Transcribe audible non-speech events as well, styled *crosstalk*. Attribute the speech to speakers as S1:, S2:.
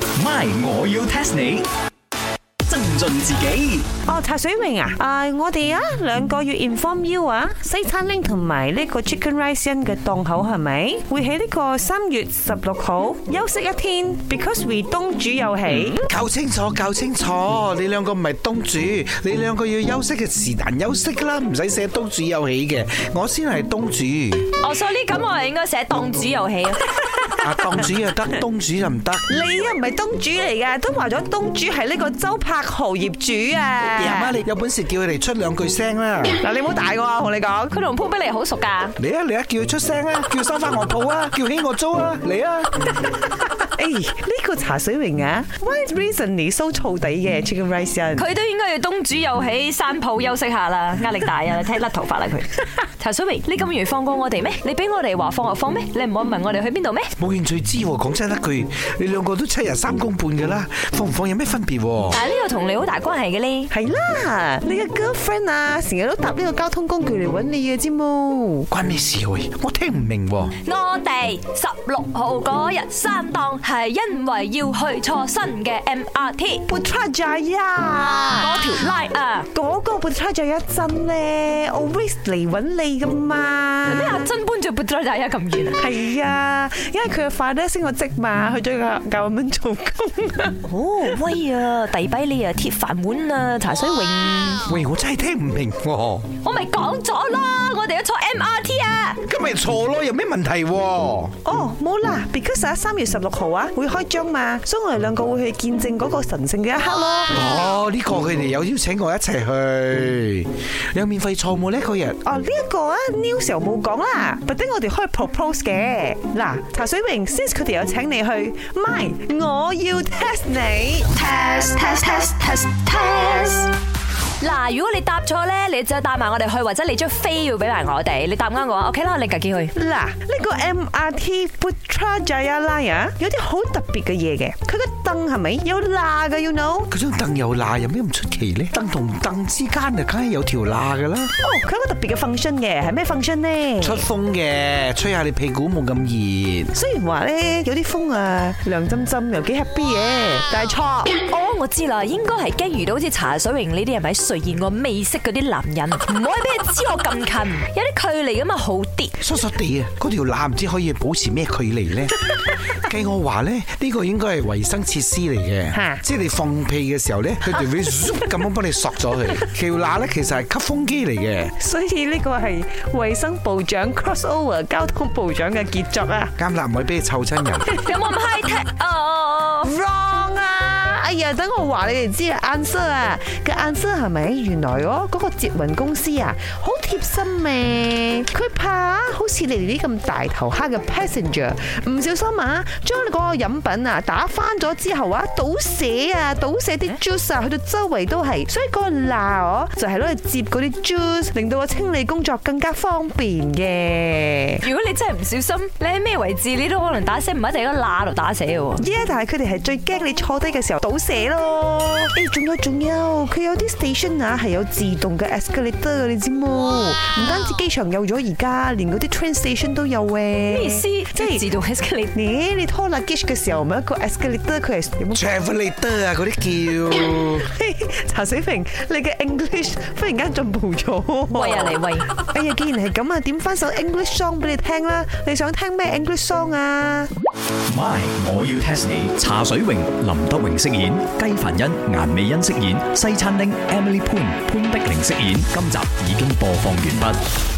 S1: My，我要 test 你。增進自己
S2: 哦，茶水榮啊，啊，我哋啊兩個月 inform you 啊，西餐拎同埋呢個 chicken rice in 嘅檔口係咪會喺呢個三月十六號休息一天？Because we 東主有喜， *laughs*
S3: 搞清楚，搞清楚，你兩個唔係東主，你兩個要休息嘅是但休息啦，唔使寫東主有喜嘅，我先係東主，
S4: 哦，所以呢咁我係應該寫檔主遊戲 *laughs* 啊。
S3: 啊檔主又得，東主就唔得。
S2: 你啊唔係東主嚟噶，都話咗東主係呢個周柏豪業主
S3: 阿媽，
S2: 啊！
S3: 你有本事叫佢哋出兩句聲啦，
S2: 嗱，你唔好大我啊，同你講。
S4: 佢同潘比利好熟㗎，
S3: 嚟啊嚟啊，叫佢出聲啊，叫佢收翻我鋪啊，叫起我租啊，嚟啊！
S2: 誒，呢個茶水榮啊，why reason 你 so 燥底嘅 chicken rice in？
S4: 佢都應該要東主遊戲山鋪休息下啦，壓力大啊，睇甩頭髮啦佢。 *laughs* 陳小明，你咁容易放過我哋咩？你俾我哋話放就放咩？你唔好問我哋去邊度咩？
S3: 冇興趣知喎，講真一句，你兩個都七日三公半噶啦，放唔放有咩分別喎？
S4: 但係呢個同你好大關係嘅咧。
S2: 係啦，你嘅 girlfriend 啊，成日都搭呢個交通工具嚟揾你嘅啫冇。
S3: 關咩事喂？我聽唔明喎。
S4: 我哋十六號嗰日三檔係因為要去坐新嘅 MRT
S2: 撥叉仔啊！
S4: 嗰條 line 啊。
S2: 嗰個撥叉仔一陣咧，always 嚟揾你噶
S4: 咩啊
S2: 嘛？？
S4: 真搬咗搬咗大家咁遠啊？
S2: 係啊，因為佢嘅 father 升個職嘛，去咗個教文做工啊。
S4: 哦，威啊！地比你啊，鐵飯碗啊，茶水泳。
S3: 喂，我真係聽唔明喎，
S4: 我咪講咗啦，我哋要坐 MRT 啊！
S3: 咁咪錯咯，有咩問題
S2: *laughs*
S3: 喎？
S2: 哦，冇啦，because 啊，三月十六號啊會開張嘛，所以我哋兩個會去見證嗰個神聖嘅一刻咯。
S3: 哦，呢個佢哋有邀請我一齊去，嗯有免費坐冇呢？嗰日
S2: 哦，呢一個啊 news 又冇講啦，不丁我哋可以 propose 嘅。嗱，茶水榮，since 佢哋有請你去，my 我要 test 你。
S5: test test test test test
S4: 嗱，如果你答錯咧，你就帶埋我哋去，或者你張飛要俾埋我哋。你答啱嘅話，OK 啦，你自己去。
S2: 嗱，呢個 MRT Putra Jaya Line 啊，有啲好特別嘅嘢嘅，佢個凳係咪有罅嘅？You know？
S3: 嗰張凳又罅，有咩咁出奇呢？凳同凳之間啊，梗係有條罅噶啦，
S2: 哦，佢有個特別嘅 function 嘅，係咩 function 呢？
S3: 出風嘅，吹下你屁股冇咁熱。
S2: 雖然話咧有啲風啊，涼浸浸又幾 happy 嘅，但係錯。
S4: 哦，我知啦，應該係驚遇到好似茶水榮呢啲人咪垂涎我未識嗰啲男人，唔可以俾佢知我咁近，有啲距離咁啊好啲。
S3: 疏疏地啊，嗰條罅唔知可以保持咩距離 *laughs* 呢？計我話呢，呢個應該係衞生設施嚟
S2: 嚇
S3: 嘅，即係你放屁嘅時候呢，佢 *laughs* 哋會咁樣幫你索咗佢。條罅呢，其實係吸風機嚟嘅，
S2: *laughs* 所以呢個係衛生部長 crossover 交通部長嘅傑作啊！
S3: 啱啦，唔可以俾你臭親人。 *laughs*
S4: 有冇咁 high tech 啊？
S2: wrong 啊！哎呀，等我話你哋知啊，answer 啊，個 answer 係咪？原來哦，嗰個捷運公司啊，好貼心咩？佢怕好似你哋啲咁大頭蝦嘅 passenger，唔小心啊，將你嗰個飲品啊打翻咗之後啊，倒瀉啊，倒瀉啲 juice 啊，去到周圍都係，所以嗰個罅哦，就係攞嚟接嗰啲 juice，令到個清理工作更加方便嘅。
S4: 如果你真係唔小心，你喺咩位置你都可能打死，唔一定喺個罅度打死嘅喎。
S2: 耶！但係佢哋係最驚你坐低嘅時候倒瀉咯。誒，仲有仲有，佢有啲 station 啊係有自動嘅 escalator 嘅，你知冇？唔單止機場有咗而家，連嗰啲 train station 都有嘅。咩
S4: 咩意思？即
S2: 即
S4: 係自
S2: 係
S4: 動 escalate。
S2: 你你拖 luggage 嘅時候，咪一個 escalator *laughs* 佢係有冇？
S3: Travelator 啊，嗰啲叫。
S2: 查死平，你嘅 English 忽然間進步咗。
S4: 喂啊你喂！
S2: 哎呀，既然係咁啊，點翻首 English song 俾你聽啦？你想聽咩 English song 啊？
S1: ，My，我要 test 你。茶水榮、林德榮飾演，雞凡欣、顏美欣飾演，西餐廳 Emily Poon 潘碧玲飾演。今集已經播放完畢。